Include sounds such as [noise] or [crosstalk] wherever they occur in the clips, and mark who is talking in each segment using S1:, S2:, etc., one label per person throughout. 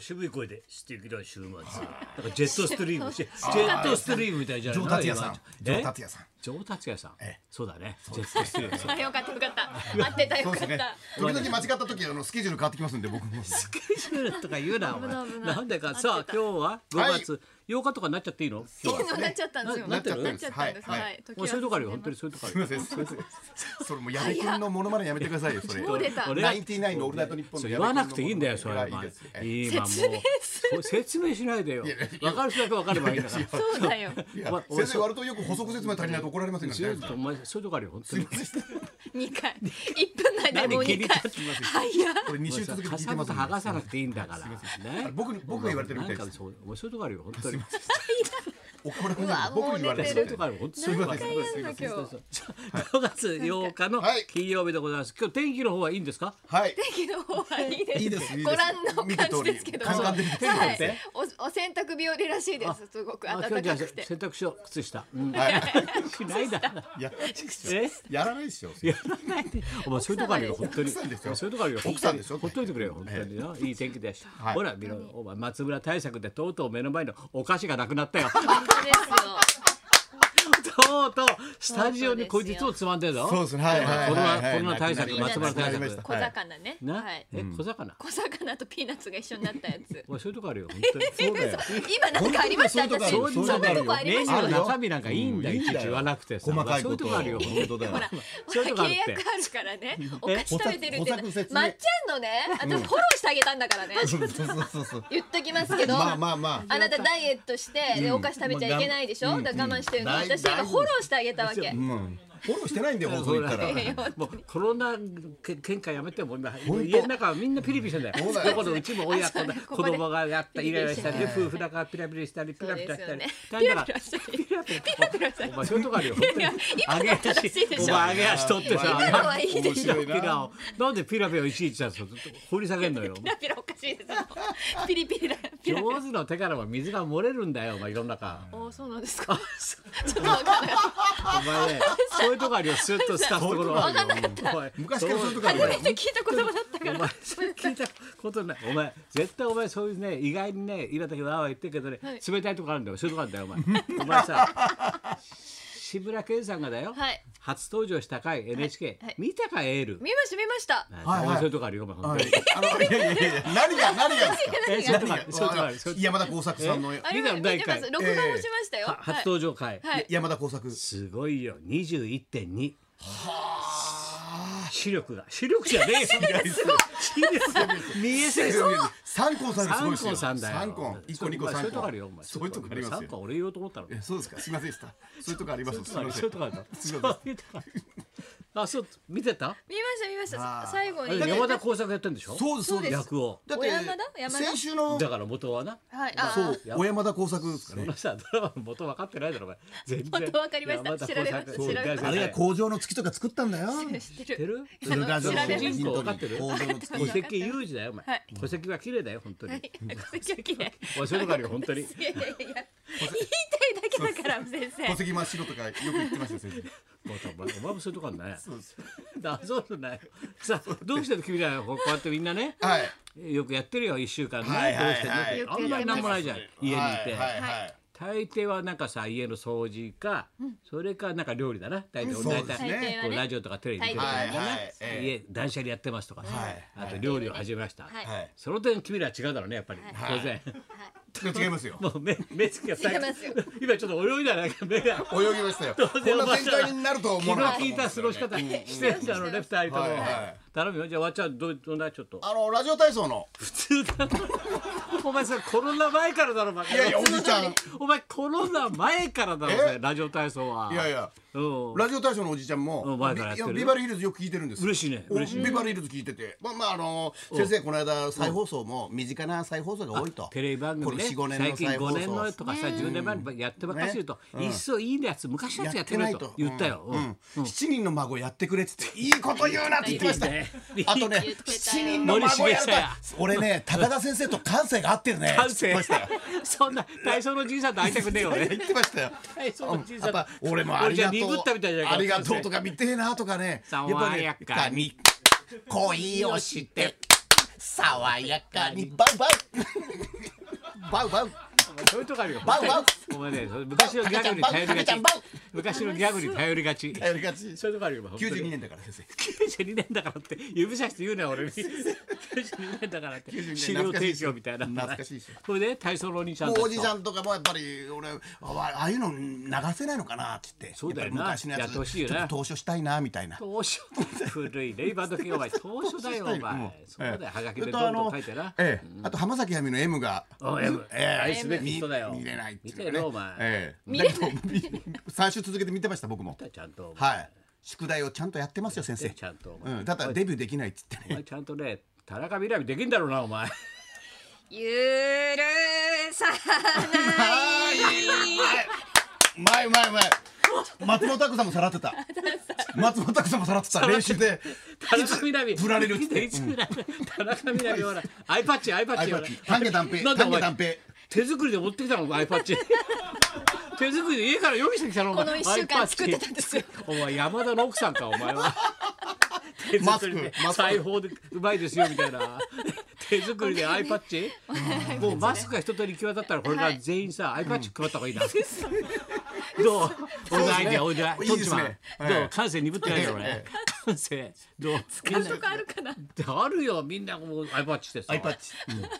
S1: 渋い声で「素敵な週末」なんかジェットストリームしてジェットストリームみたいじゃない
S2: 上達屋さん
S1: え
S2: 上達屋さん
S1: 上達屋さん
S2: ええ
S1: そうだねジェットストリー [laughs] ム
S3: あよかったよかった合ってたよ
S2: そう
S3: かっ
S2: です
S3: た、
S2: ね時々間違った時あのスケジュール変わってきますんで僕
S1: [laughs]
S2: も
S1: スケジュールとか言うなお前
S3: 危ない危ない
S1: なんでか
S3: 合
S1: さ
S3: っ
S1: あ
S3: てた
S1: 今日は5月8日とかになっちゃっていいの今日は
S3: そうなっちゃったんですよ
S1: ななってる
S3: なっちゃったんです
S2: はい
S3: はい時
S1: もう
S3: は
S1: そういうとこあるよ
S3: 進ん
S1: 本
S3: で
S1: 当
S3: ま
S1: に
S3: す
S1: そういうとこあるよ
S2: すみませんそれそれもう矢部君のモノマネやめてくださいよそれ
S3: もう出た
S1: 俺
S2: ナインティナインのオールナイトニッポン
S1: そ
S2: の
S1: う言わなくていいんだよそれは
S2: 矢部君のモノマネいい
S1: 今
S2: ですええ
S1: もう
S3: 説明
S1: そう説明しないでよ分かる人だけ分かればいいんだから
S3: そう
S1: [laughs]
S3: だよ
S2: い
S1: お前
S2: や
S1: お前
S2: 先生割とよく補足説明足りないと怒られませんか
S1: ず
S2: ら
S1: っとお前そういうとこあるよ本当に
S3: 二回一分内で
S1: 何
S3: もう
S1: 気に入
S3: 二
S1: っ
S3: 回
S1: たって言いますよ
S3: 早い
S2: これ二週続けて聞
S1: か
S2: い
S1: さ
S2: て
S1: ぶ
S2: ます
S1: た
S2: ん
S1: 剥
S2: で
S1: がさなくていいんだからね
S2: 僕に僕が言われてるみたいで
S1: な
S2: す
S1: んかそう面白いとこあるよ本当に
S2: 岡村君
S3: うわ
S2: 僕に言われ
S1: そう
S2: て
S1: い
S2: る
S1: う
S2: み
S1: と
S2: たい
S1: こあるよ本当に
S2: す
S1: そう
S2: い
S1: いうと
S2: ま
S1: こ
S2: せ
S1: あるよ
S2: んすいませ
S3: 今
S2: ん
S3: 日
S1: 5月8日の
S2: はい
S1: 金曜日でございます今日天気の方はいいんですか
S2: はい
S3: 天気の方はいいです
S2: いいですいいです
S3: ご覧の感じですけど
S2: 見て通りカンカンで見て
S3: は
S1: 見て
S3: いおお洗濯日和らしいですすごく
S1: あ
S3: 暖
S1: 今日じゃあ
S3: かくて
S1: 洗濯しよう靴下うん
S2: はい
S1: しないだ
S2: いや
S1: え
S2: やらないですよ
S1: やらないでお前そういうとこあるよ本当に
S2: 奥さんですよ
S1: そういうとこあるよ
S2: 奥さんでしょ
S1: ほっといてくれよ本当にないい天気だし
S2: はい
S1: ほら見ろお前松村対策でとうとう目の前のお菓子がなくなったよ
S3: 本当ですよ
S1: とうとうスタジオにこいつをつまんでるぞ。
S2: そうですねはいはい
S1: コロ
S2: はい
S1: ナ
S2: はい
S1: コロナ対策
S2: なくな
S1: 松
S2: り
S1: 原対
S2: なくなりまし
S1: 策
S2: た。
S3: 小魚ね
S1: な、
S3: はい
S1: え小魚。
S3: 小魚とピーナッツが一緒になったやつ
S1: おいそういうとこあるよ本
S3: [laughs]
S1: 当に。
S2: そうだよ
S3: 今なんかありました
S2: 本当に
S3: 私
S2: そ
S3: そうう
S2: い
S3: いう
S2: とこあ
S3: う
S2: る
S3: とこあり
S1: メニ
S3: まし
S1: ューの
S3: たよ
S1: 中身なんかいいんだよいちいち言わなくてさ。
S2: 細かい
S1: そうい
S2: こ
S1: うと
S2: と
S1: こあるよ本当
S2: だよ
S1: そういうとこある
S3: 契
S1: って
S3: 約あるから [laughs] ねお菓子食べてるって
S2: 補足
S3: まっ
S2: 説
S3: ち
S2: 明
S3: ゃんのね私フォローしてあげたんだからね
S2: そうそうそうそう
S3: 言っときますけど
S2: まあまあま
S3: あなたダイエットしてでお菓子食べちゃいけないでしょだから我慢してるの
S2: うん
S3: 私がフォローしてあげたわけ
S1: う
S3: い
S1: ん
S3: や
S2: あうんフォローしてないんだよ放送行ったら
S3: いや
S1: もうコロナけ喧嘩やめてもう今家の中はみんなピリピリしてんだよ。
S2: そう
S1: ど
S2: だよ
S1: このうちも親子だ
S3: あそう
S1: 子供がやった
S3: ここで
S1: イライラしたり
S3: ピリピリして
S1: 夫婦仲がピラピラしたりピラピラしたり。
S3: そうですよね
S1: なんだか
S3: ピ
S1: ラピラピラお前そういうとこあるよ本当に。
S3: 今のは正しいでし
S1: お
S3: ょ
S1: 前上げ足取ってさ
S2: 今
S3: のはいいで
S2: しょ
S1: ピラピラをなんでピラピラをいちいちさ掘り下げんのよ
S3: ピラピラおかしいですよピリピラピラ
S1: 上手の手からも水が漏れるんだよお前世の中
S3: おそうなんですかちょっとわかんない
S1: お前ねそういうとこあるよスッとスタッフところ
S2: そういう
S3: とこあるよ
S1: お前
S2: 昔からそういうとこある
S3: 初
S2: よ
S3: めて聞いた言葉だったか
S1: お
S3: ら
S1: 前それ聞いたことないお前絶対お前そういうね意外にね今だけわーわー言ってるけどね、
S3: はい
S1: 冷たいとこあるんだよそういうとこあるんだよ
S3: [laughs]
S1: お前お前さ志村けんさんがだよ、
S3: はい
S1: 初登場した回 NHK、
S3: はい
S1: 見たかエール、
S3: 見ました見ました
S1: はい
S2: はい
S1: お前そういうとこあるよお前、
S2: は
S1: 本
S2: いあのいやいやいやいや何が何がですか
S1: 当にえそういうとこあるそういうとこあ
S2: あ
S1: るそういうとこあ
S2: の
S1: る
S2: 山田耕作さんの
S3: あれ
S1: 見たの第一
S3: 見てま
S1: 回
S3: す録画もしましたよ
S1: は初登場回、
S3: はいはい
S2: 山田耕作
S1: すごいよ21.2はあ視力が視力じゃねえよ視力見えせそう
S2: 三コンさんがすごい
S1: 三
S2: です
S1: コ
S2: よ
S1: ンさんだよ
S2: 三コン一個
S1: そう
S2: 二個
S1: まあそういう
S2: 三
S1: とこ
S2: コ
S1: あるよお
S2: ン
S1: 前
S2: そういうとこあります
S1: 三
S2: よ
S1: 個俺言おうと思ったの
S2: えそうですかすみませんでしたそういうとこありますすみませ
S1: そうんいうとこある
S2: すいま
S1: そういうとこあるあそう見てた
S3: 見ました見まし
S2: あ
S3: た
S2: ー
S3: 最後
S1: あ
S3: に
S1: れ山田耕作やってんでしょ
S2: そうですそうです
S1: 役を
S2: だっ
S3: お山田
S2: て
S3: 山田
S2: 先週の
S1: だから元はな
S3: はいあ
S2: そう
S1: や
S2: 小山田耕作ですか
S1: こ
S2: ね
S1: のさドラマの元分かってないだろお前全然
S3: 元分かりました
S1: 山田耕
S3: 調べま
S1: 作
S3: した
S1: そう
S3: 調べました
S2: あれが工場の月とか作ったんだよ
S3: ー知って
S1: 知って
S3: る
S1: る
S2: ウルガ
S3: 調
S2: 城の
S3: べました
S2: 主人公分かってる工場の月
S1: 戸籍有事だよお前
S3: はい
S1: 戸籍は綺麗だよ本当に
S3: 戸籍は綺麗
S1: お仕事があるよ本当に
S3: いやいやいや言いたいだけだから先
S2: 戸
S3: 生
S2: 籍真っ白とかよく言ってましたよ先生
S1: またお前お前もそういうとこあるね
S2: そうです
S1: だそうだよさあどうしてる君らよこうやってみんなね
S2: はい
S1: よくやってるよ一週間ね
S2: はいはい
S1: どうしてね
S2: はい
S1: ってあんまりなんもないじゃん家にいて
S2: はいはいはい
S1: 大抵はなんかさ家の掃除かそれかなんか料理だな大体
S2: そう
S1: 大
S2: です
S1: 体
S2: ね
S3: 大抵は
S1: こうラ
S3: ね
S1: ジオとかテレビ見てるか
S2: は
S1: ら
S2: いはいえ
S1: 家断捨離やってますとか
S2: はい
S1: あと料理を始めました
S3: はい
S2: えはい
S1: その点君らは違うだろうねやっぱり
S2: はい
S1: 当然
S2: でも違いますよ
S1: もう目目つきが
S3: 違いますよ
S1: [laughs] 今ちょっと泳いだね目が
S2: 泳ぎましたよこ
S1: 然
S2: んな展開になるとは
S1: 気
S2: 思
S1: の
S2: わなかった
S1: 利いた過ごし方してんだろうね二人とも
S2: はいはい
S1: 頼むよじゃあわっちゃんどうどんなちょっ
S2: [laughs]
S1: と
S2: あのラジオ体操の
S1: 普通だお前さコロナ前からだろバカ
S2: いやいやおじちゃん
S1: お前コロナ前からだろそれ
S2: え
S1: ラジオ体操はい
S2: やいや
S1: うん
S2: ラジオ体操のおじちゃん
S1: う
S2: も
S1: ん前からやっ
S2: ビ
S1: てる
S2: いやビバリーヒルズよく聞いてるんですよ
S1: 嬉しいね
S2: お
S1: 嬉しいね
S2: ビバリーヒルズ聞いててまあまああの先生この間再放送も身近な再放送が多いと
S1: テレビ番組
S2: こ
S1: ね
S2: れ45
S1: 最
S2: 年の
S1: 近
S2: 再放
S1: 5
S2: 送
S1: 年のとかさ10年前のやってばっかし言うと
S2: ねうん
S1: いっそいいやつ昔のやつやってくれと言ったよ
S2: うんうん7人の孫やってくれっつっていいこと言うなって言ってました
S1: ね
S2: あとね
S3: 言ってたよ
S2: 7人の孫やると
S1: 森重
S2: 俺ね高田先生と感性が合ってるね
S1: 感
S2: 言
S1: 性
S2: ってましたよ
S1: [laughs] そんな体操のじいさんと会いたくねえよ
S2: [laughs] 言 [laughs]
S1: ね
S2: ってましたよ
S1: 体操のじいさ
S2: や
S1: ん
S2: っぱ俺もありがとう
S1: 俺じゃ鈍ったみたいじゃないか
S2: ありがとうとか見てえなとかね
S1: 爽やか
S2: やっぱねに恋をして爽やかにバウバウバウバウ
S1: そういうとこあるよ。
S2: バウバウ
S1: お前ね、それ昔のギャグに頼りが
S2: バウバウ赤ちゃ
S1: ち
S2: んバウ。
S1: 昔のギャグに頼りがち。
S2: やりがち
S1: そういうとこあるよ。本当に
S2: 92年だから先生
S1: 92年だからって指さして言うなよ俺に92年だからって
S2: 92年
S1: 資料提供みたいな
S2: 懐かしいし
S1: これで体操のお兄ちゃん
S2: も
S1: たち
S2: う
S1: と
S2: おじさんとかもやっぱり俺あああいうの流せないのかなっつって
S1: そうだよな
S2: やっぱり昔のや
S1: や
S2: つ
S1: ってほしいよな
S2: ちょっと投書したいなみたいな
S1: 当初古いレイバード系お前当初だよお前そうだよはがきでどんどん書いてな
S2: ええあと浜崎あゆみの M が
S1: お M
S2: ええ
S1: 愛すべき人だよ
S2: 見見れないってい
S1: 見
S2: うのが
S1: てろお前
S2: ええ
S3: 見れない
S2: だけど [laughs] み三週続けて見てました僕も
S1: ちゃんとお前
S2: はい宿題をちゃんとやってますよ先生
S1: ちゃんとお前
S2: うんただデビューできないっつって
S1: お
S2: ね
S1: 前ちゃんとね田中みな実できんだろうなお前
S3: 許さ
S2: はいいうまいうまいうまい松本拓さんもさらってた松本拓さんもさらってた練習で
S1: 田中みな実
S2: 振られるっ
S1: [laughs]
S2: て
S1: いつ振られる田中みな実ほらアイパッチアイパッチほ
S2: [laughs]
S1: ら
S2: 丹下断平
S1: なんだお
S2: 丹
S1: 前
S2: 下断平
S1: 手作りで持ってきたのアイパッ
S2: [laughs]
S1: チ手作りで家から用意してきたのお前
S3: この一週間
S1: iPad
S3: 作ってたんですよ
S1: お前山田の奥さんかお前は手
S2: [laughs] マ
S1: 作
S2: スク
S1: りで
S2: マスク
S1: 裁縫でうまいですよみたい
S2: [laughs]
S1: な手作りでアイパッチもうマスクが一通り行き渡ったらこれから全員さアイパッチ配った方がいいな
S2: [laughs]
S1: どう俺のアイデア俺のアイデア
S2: い
S1: ど
S2: い
S1: っ
S2: で
S1: ち
S2: す
S1: も
S2: ねええ
S1: どう感性鈍ってないよ
S2: え
S1: 俺感性どうみん
S3: ない。とかあるかな。
S1: なあるよみんなもうアイパッチしてさ
S2: アイパッチ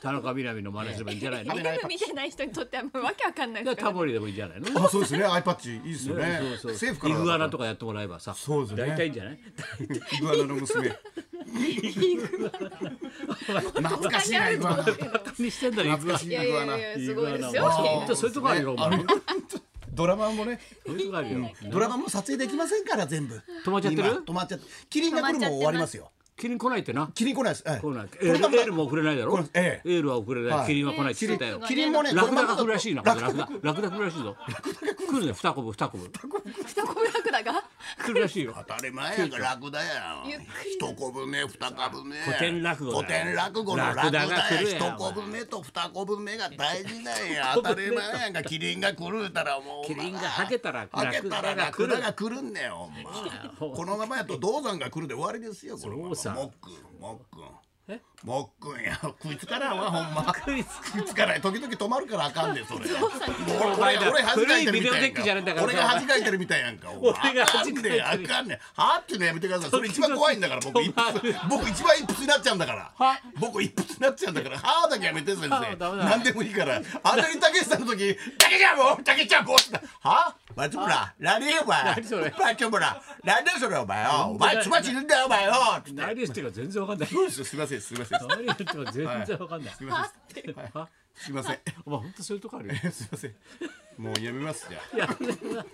S1: 田中みな実の真似すればいいんじゃないの
S3: みんな見てない人にとってはもうわけわかんないです
S1: で
S3: か
S1: タ
S3: らね。
S1: モリでもいいんじゃないの
S2: あそうですねアイパッチいいですよね
S1: そうそう
S2: 政府から
S1: イグアナと
S2: か
S1: かやってもらえばさ
S2: そうですね
S1: 大体いいんじゃない
S2: イグアナの娘懐かしいなイグアナ
S1: バカにしてんだろイグア
S2: 懐かしい
S3: いやいやいやいやすごいで
S1: イグ
S3: す
S1: アナ
S3: よ。
S1: は本当そういうとこあるよお前
S2: あ
S1: [laughs]
S2: のドラマもね
S1: そういうとこあるよ
S2: ドラマも撮影できませんから全部
S1: 止まっちゃってる
S2: 今止まっちゃってキリンが来るもん終わりますよ
S1: キリン来ないってな
S2: キリン来ないですええ
S1: 来ない
S2: こ
S1: エ
S2: の
S1: ー
S2: 間
S1: ルエールも送れないだろ
S2: これえ
S1: エールは送れな
S2: はいい
S1: キリンは来ないって言ってたよ
S2: キリンもね
S1: ラク
S2: こ
S1: ダ
S2: のまま
S1: が
S2: だと
S1: 来るらしいなラクダラクダ来るらしいぞ来るね二コブ二コブ
S3: 双子ラクダが
S1: 来るらしいよ
S2: 当たり前やから楽だやん
S3: ゆっくり
S2: 一こぶ目二こぶ目
S1: 古典落語だよ
S2: 古典落語の
S1: ラ
S2: 楽
S1: ク
S2: だ
S1: ダ
S2: や
S1: が来るやん
S2: 一こぶ目と二こぶ目が大事なんや当たり前やんかキリンが来るたらもう
S1: キリンがはけたら
S2: はけた
S1: ラ
S2: らラ
S1: ク
S2: ク
S1: ダ
S2: ダ
S1: が
S2: が来るんだよお前このままやと銅山が来るで終わりですよこのまま
S1: 銅山
S2: もっくんもっくん
S1: え
S2: もっくんや食いつからんわほんま
S1: 食いつ
S2: 食いつかない時々止まるからあかんでそれもう
S1: 前
S2: 俺
S1: だ
S2: 俺恥ずかい
S1: 古い
S2: てるみたい
S1: ビデオデッキじゃない
S2: や
S1: ん
S2: ん
S1: だから
S2: か俺が恥ずかいてるみたいやんかお前
S1: 俺が
S2: あか
S1: 恥
S2: ん
S1: ずかいて
S2: で
S1: る
S2: あかんねはっていうのやめてくださいそれ一番怖いんだから僕一
S1: 止まる
S2: 発僕一番一発になっちゃうんだから
S1: は
S2: 僕一発になっちゃうんだからはだけやめて先生
S1: はダメだ
S2: 何でもいいからあんなにたけしさんの時「たけちゃんもたけちゃんも」っては松村何お前
S1: 何それ
S2: 松村何だよそれお前よお前つまちるんだよお前よつって
S1: 何言ってるか全然わかんない
S2: そうですよすいませんすいません
S1: 何言ってるか全然わかんない
S2: すいません
S1: あ
S2: すいません
S1: お前本当そういうとこあるよ
S2: すいません。もうやめますじゃ
S1: いやめます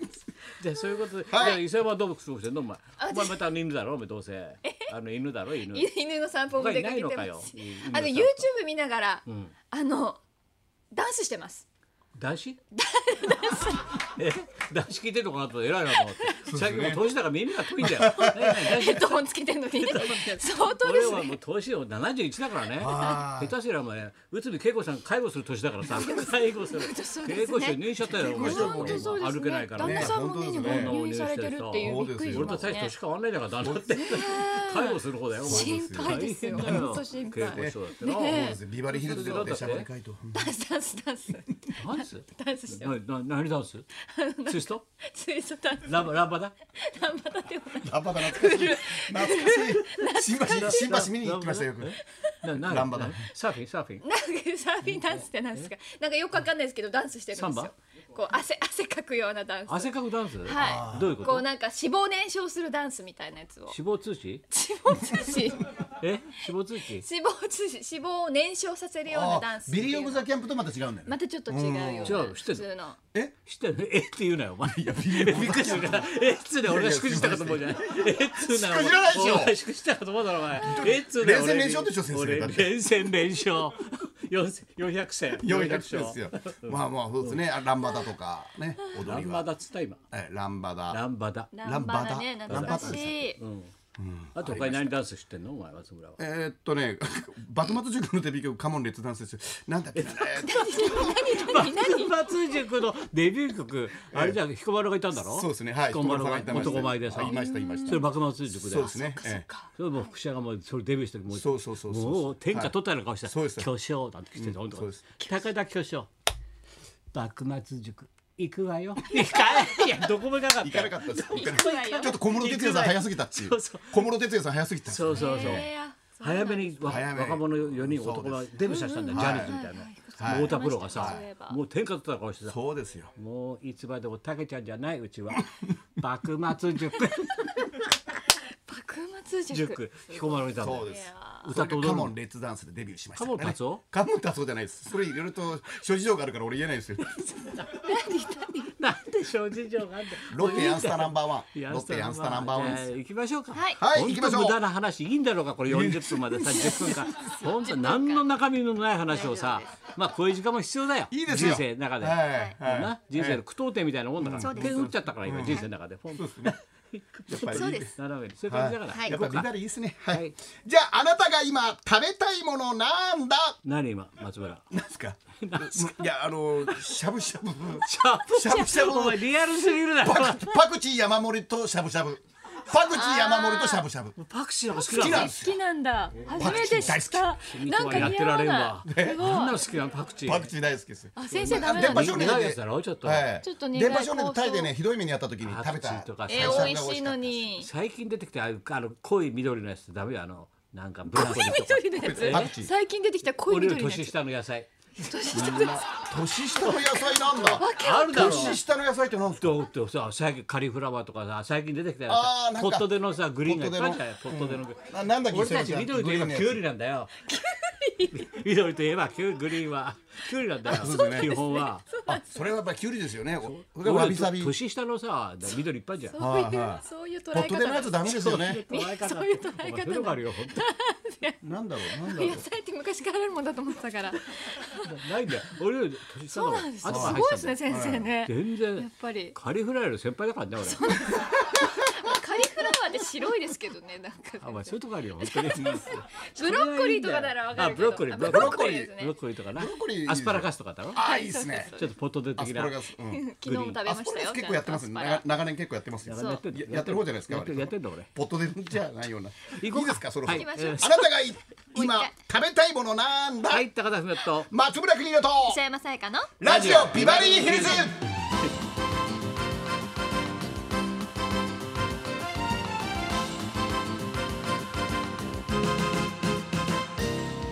S1: じゃあそういうことで、
S2: はい
S1: じゃあ伊勢山動物過ごしてんのお前お前また犬だろお前どうせあの犬だろ犬
S3: 犬の散歩も出かけて
S1: 他にないのか
S3: ま
S1: よ
S3: す
S1: いい犬。の
S3: あの
S1: 散
S3: YouTube
S1: 歩
S3: 見ながら、あのダンスしてます。
S1: 男子 [laughs] え男子聞いてるのかなと思って偉いなと思って最近もう年だから耳が遠いんだ [laughs] よね
S3: [laughs] ヘッドホンつけてるのに相当で
S1: 俺
S3: す
S1: は
S3: ね。
S1: もう年を71だからね
S2: あー
S1: 下手すりゃお前内海恵子さん介護する年だからさ介護する
S3: そうですね
S1: 恵子して入院しちゃったよお前
S3: 本当そうです
S1: 歩けない
S3: ね。
S1: から
S3: 旦
S1: ね
S3: 那さんもね
S2: 本当ですね
S3: 入院されてるっていうびっくりし
S1: 俺と
S3: ま
S1: 大
S3: す
S1: して
S3: ね。
S1: 年変わんないんだから旦那って [laughs] 介護する方だよお前
S3: 心配ですよ
S1: 大変だ
S3: 本当心配
S1: 稽古しようだってな
S3: ね
S2: あ。ビバリーヒルズの出しゃばり会と。
S3: ダンスダンスダンス
S1: ダンス
S3: ダンスしてま
S1: なな何ダン
S3: [laughs]
S1: スツイスト
S3: す。水素 [laughs] ダンス
S1: ランランバダ
S3: 頑張ってもない。
S2: ランバダ懐かしい。懐かしい。新橋新橋見に行きましたよよく。
S1: なな
S2: ランバダ
S1: なサーフィンサーフィン
S3: なんかサーフィンダンスってなんですか。なんかよくわかんないですけどダンスしてるんです
S1: サン
S3: よ。こう汗 [laughs] 汗かくようなダンス。は
S1: 汗かくダンス
S3: い。
S1: どういうこ
S3: こう
S1: と
S3: なんか脂肪燃焼するダンスみたいなやつを。
S1: 死亡通知
S3: 脂肪通信
S1: え死亡通知
S3: 脂肪通信脂肪を燃焼させるようなダンスってい
S2: ビ
S3: う
S2: リーオブザキャンプとまた違うんだよね。
S3: またちょっと違うような
S1: 違う知って
S3: 普
S1: んの
S3: 通の
S2: え？
S1: 知って [laughs] るえって言うなよお前
S2: いやビリ
S1: びっくりするからえっつうね俺がしくじったかと思うじゃないえっつうな
S2: しくじらないでしょ
S1: お前しくじったかと思うだろお前えっつうな
S2: 連戦連勝でしょ先生
S1: 俺
S2: だって
S1: 連戦連勝4戦400戦
S2: 四百勝ですよ。 [laughs] まあまあそうですね。あランバダとかね踊
S1: ラ
S2: り
S1: ンバ
S2: は。
S1: ダっつった今
S2: えランバ
S1: ラ
S2: ダ。
S1: ンバダ
S3: ランバダね
S2: ランバダ
S3: 懐かしい
S1: うんあと他に何ダンス知ってんのお前松村は。
S2: えーっとね、 [laughs] 幕末塾のデビュー曲、カモン列ダンスです。なんだっけな、えーっと
S1: 幕末塾のデビュー曲あれじゃん彦摩呂がいたんだろ。
S2: そうですね、はい、
S1: 彦摩呂が
S2: いました
S1: 男前でさ。
S2: はいいました、いまし
S1: それ
S2: た。
S1: 幕末塾で。
S2: そうですね。え
S1: それもう福島がもうそれデビューしてもう
S2: そうそうそうそう
S1: もう天下取ったような顔して、
S2: はいそうです
S1: 巨匠なんて来てた、本当
S2: そうです
S1: 高田巨匠幕末塾行くわ
S2: [laughs]
S1: よ行かないいやどこも行かなか
S2: え
S1: っ
S2: 行
S1: た
S2: か
S1: よ
S2: なかったです。行かな
S3: 行
S2: か
S3: くわ
S2: っ
S3: よ
S2: たちょっと小室哲哉さん早すぎたってい
S1: そう
S2: う
S1: そう。
S2: 小室哲哉さん早すぎた。
S1: そうそうそう、
S3: えーあそうなん
S1: 早
S3: だ
S1: めにわ
S2: 早めに
S1: 若者4人
S2: そうです
S1: 男がデビューした人なんだよ、ジャニーズみたいな、
S2: はい
S1: もう太田プロがさ、
S3: はい
S1: もう天下取ったような顔してさ
S2: そうですよ。
S1: もういつまでもたけちゃんじゃないう
S2: [laughs]
S1: ちは幕末塾
S3: 幕末塾。
S1: 塾彦摩呂にいたんだよ
S2: そうです。
S1: 歌と踊る
S2: カモン列ダンスでデビューしましたからね。
S1: カモン達夫
S2: カモン達夫じゃないです。それいろいろと諸事情があるから俺言えな
S1: [laughs]
S2: いですよ。
S1: なんで小事情があんだよ
S2: ロッテヤンスタナンバーワ
S1: いや
S2: ン。ロッテヤンスタナンバーワンで
S1: じ
S2: す。
S1: ゃあ行きましょうか。
S3: はい
S2: はい
S1: 本
S2: 行きまし
S1: 当
S2: ょう
S1: 無駄な話いいんだろうかこれ40分まで30分か。本当何の中身のない話をさ、まあこういう時間も必要だよ。
S2: いいですよ。
S1: 人生の中で。
S2: はいはい
S1: な人生の苦闘点みたいなもんだから。点打っちゃったから今人生の中で。ポンと
S2: やっぱり
S3: そうで
S1: [laughs]
S3: す。
S1: 斜めにそういう感じだから。
S2: や
S1: 行
S2: っ
S1: こう
S2: ぱり
S1: か
S2: 緑いいですね。は
S1: はいい。
S2: じゃああなたが今食べたいものなんだ。
S1: 何今松村。
S2: なんすか。いやあのしゃぶしゃ
S1: [laughs]
S2: ぶ。
S1: シャープ
S2: しゃぶしゃぶ
S1: [laughs] お前リアルすぎるだろ。
S2: パクパクチー山盛りとしゃぶしゃぶ。パクチー山盛りとしゃぶしゃぶ。
S1: パクチーなんか好きなの
S2: 好きなんです
S3: 好きなんだ。初めて知った。
S1: 君
S3: なん
S1: と
S3: か
S1: はやっ
S3: 似
S1: て
S3: 合
S1: られん
S3: わ
S1: わ。
S3: ない。す
S1: 何な
S3: ご
S1: の好
S3: い。
S1: きなのパクチ
S2: パク
S1: ー。
S2: チー大好きです。
S3: あ先生ダメ
S2: 電
S3: なんだ。
S2: 波少
S1: 苦い
S2: 年
S1: や
S2: で
S1: つだろちょっと。
S2: はい
S3: ちょっと苦い
S2: 電波少年でタイで
S3: 構
S2: ねひどい目にあった時に
S1: パ
S2: 食べ
S1: クチ
S2: た
S1: ーとか
S3: え
S1: 最初
S3: ー、
S1: は
S3: 美味しいのに。
S1: 最近出てきてああいうあの濃い緑のやつってダメよあのなんかブランコでとか
S3: [laughs] 緑のや
S2: パクチー
S3: つ。最近出てきた濃い
S1: 俺より
S3: 緑のやつ
S1: 年。下の野菜
S2: 年下の野菜な
S3: [laughs]
S2: んだ
S1: あるだろ
S2: 年下の野菜ってなんですか
S1: どうってさ最近カリフラワーとかさ最近出てきたよ
S2: あーなん
S1: ポ
S2: か
S1: ットでのさグリーンがいっぱいあるじゃない
S2: ポ
S1: ポットでのグリーン
S2: ななんだっけ
S1: 俺たち
S2: 磯山
S1: 緑といえば
S2: グリーンのや
S1: キュ
S2: つ
S1: ウリなんだよ緑といえばキュウリグリーンはキュウリなんだよ基本は
S2: あそれはやっぱりキュウリですよねこれがわ
S1: 俺
S2: びさび
S1: 年下のさ緑いっぱいあるじゃん
S3: そうい
S2: はいうはい
S3: そういう捉
S2: ポ
S3: え
S2: ットでのや
S3: 方
S2: つ。ダメですよね
S3: そういう捉え方
S1: お前風呂があるよ本
S2: なんだろ
S1: [laughs]
S2: うなんだろ
S3: 野
S2: う
S3: 菜って昔からあるもんだと思ってたから。
S1: 当ないんだよ俺より年下
S3: そ
S1: の
S3: うなんですよ。
S1: 頭
S3: す
S1: 入
S3: ごい
S1: っ
S3: で
S1: て
S3: す
S1: たんだ
S3: ね
S1: よ
S3: 先生ね。
S1: 全
S3: や
S1: 然
S3: っぱり。
S1: カリフラワーより先輩だからね俺
S3: カリフラワーって白いですけどねなん
S1: あ、お
S3: か。
S1: 前そういうとこあるよ、本当に。
S3: [laughs] ブロッコリーとかならわかるけど。
S1: あ、ブロッコリー、
S3: あ
S1: ブロ
S3: ブ
S1: ッ
S3: ロ
S1: コリー
S3: ッコリーです
S1: ブロ
S3: ね
S1: ッ。コリーとかな
S2: ブロッコリーいい。
S1: アスパラガスとかだろ。
S2: あいいですね
S1: ちょっとポットで
S2: ア
S1: 的
S2: ス
S1: な。
S2: パラガ
S1: 長
S2: スうん
S3: 昨日も食べ
S2: ア
S3: ま
S2: ス
S3: した
S2: パラガ
S3: よ
S2: ス。結構やってます
S3: ちゃ
S2: ね
S3: んとアスパラ
S2: 長長年結構やってますよ
S1: 年やってんだ
S2: ややってる方じゃないですか
S1: やって
S2: 割と
S1: やってんだ俺。
S2: ポットでじゃないような。い
S1: 行こう
S2: いですか、そろそろ。
S1: はい
S3: 行
S2: あ
S3: きましょう
S2: なたがい
S3: もう一
S2: 今
S3: 回
S2: 食べたいものなんだ。
S1: はい、高田文夫と。
S2: 松村邦洋と
S3: 磯山さやかの。
S2: ラジオビバリーヒルズ。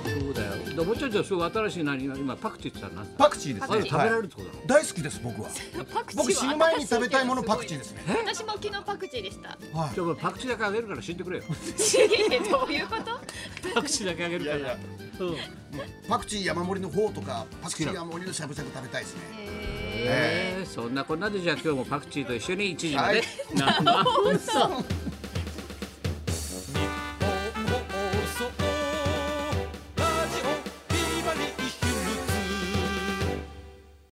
S1: そうだよ。でもうちょっとそう新しい何今パクチーって言ったらなんだ。
S2: パクチーです
S1: あれ
S2: ね。
S1: 食べられるってことだろ。
S2: 大好きです [laughs] 僕は。
S3: パクチーは
S2: 僕死ぬ前に食べたいものパクチーですね。
S3: 私も昨日パクチーでした。
S2: は
S1: じゃあお前パクチーだけあげるから死んでくれよ。
S3: どういうこと？
S1: パクチーだけあげるから。
S2: いやいや
S1: うん。
S2: い。パクチー山盛りの方とかパクチー山盛りのしゃぶしゃぶ食べたいですね。
S1: [laughs] えーそんなこんなでじゃあ今日もパクチーと一緒に一時まで。
S2: はい
S1: なんだ
S2: そう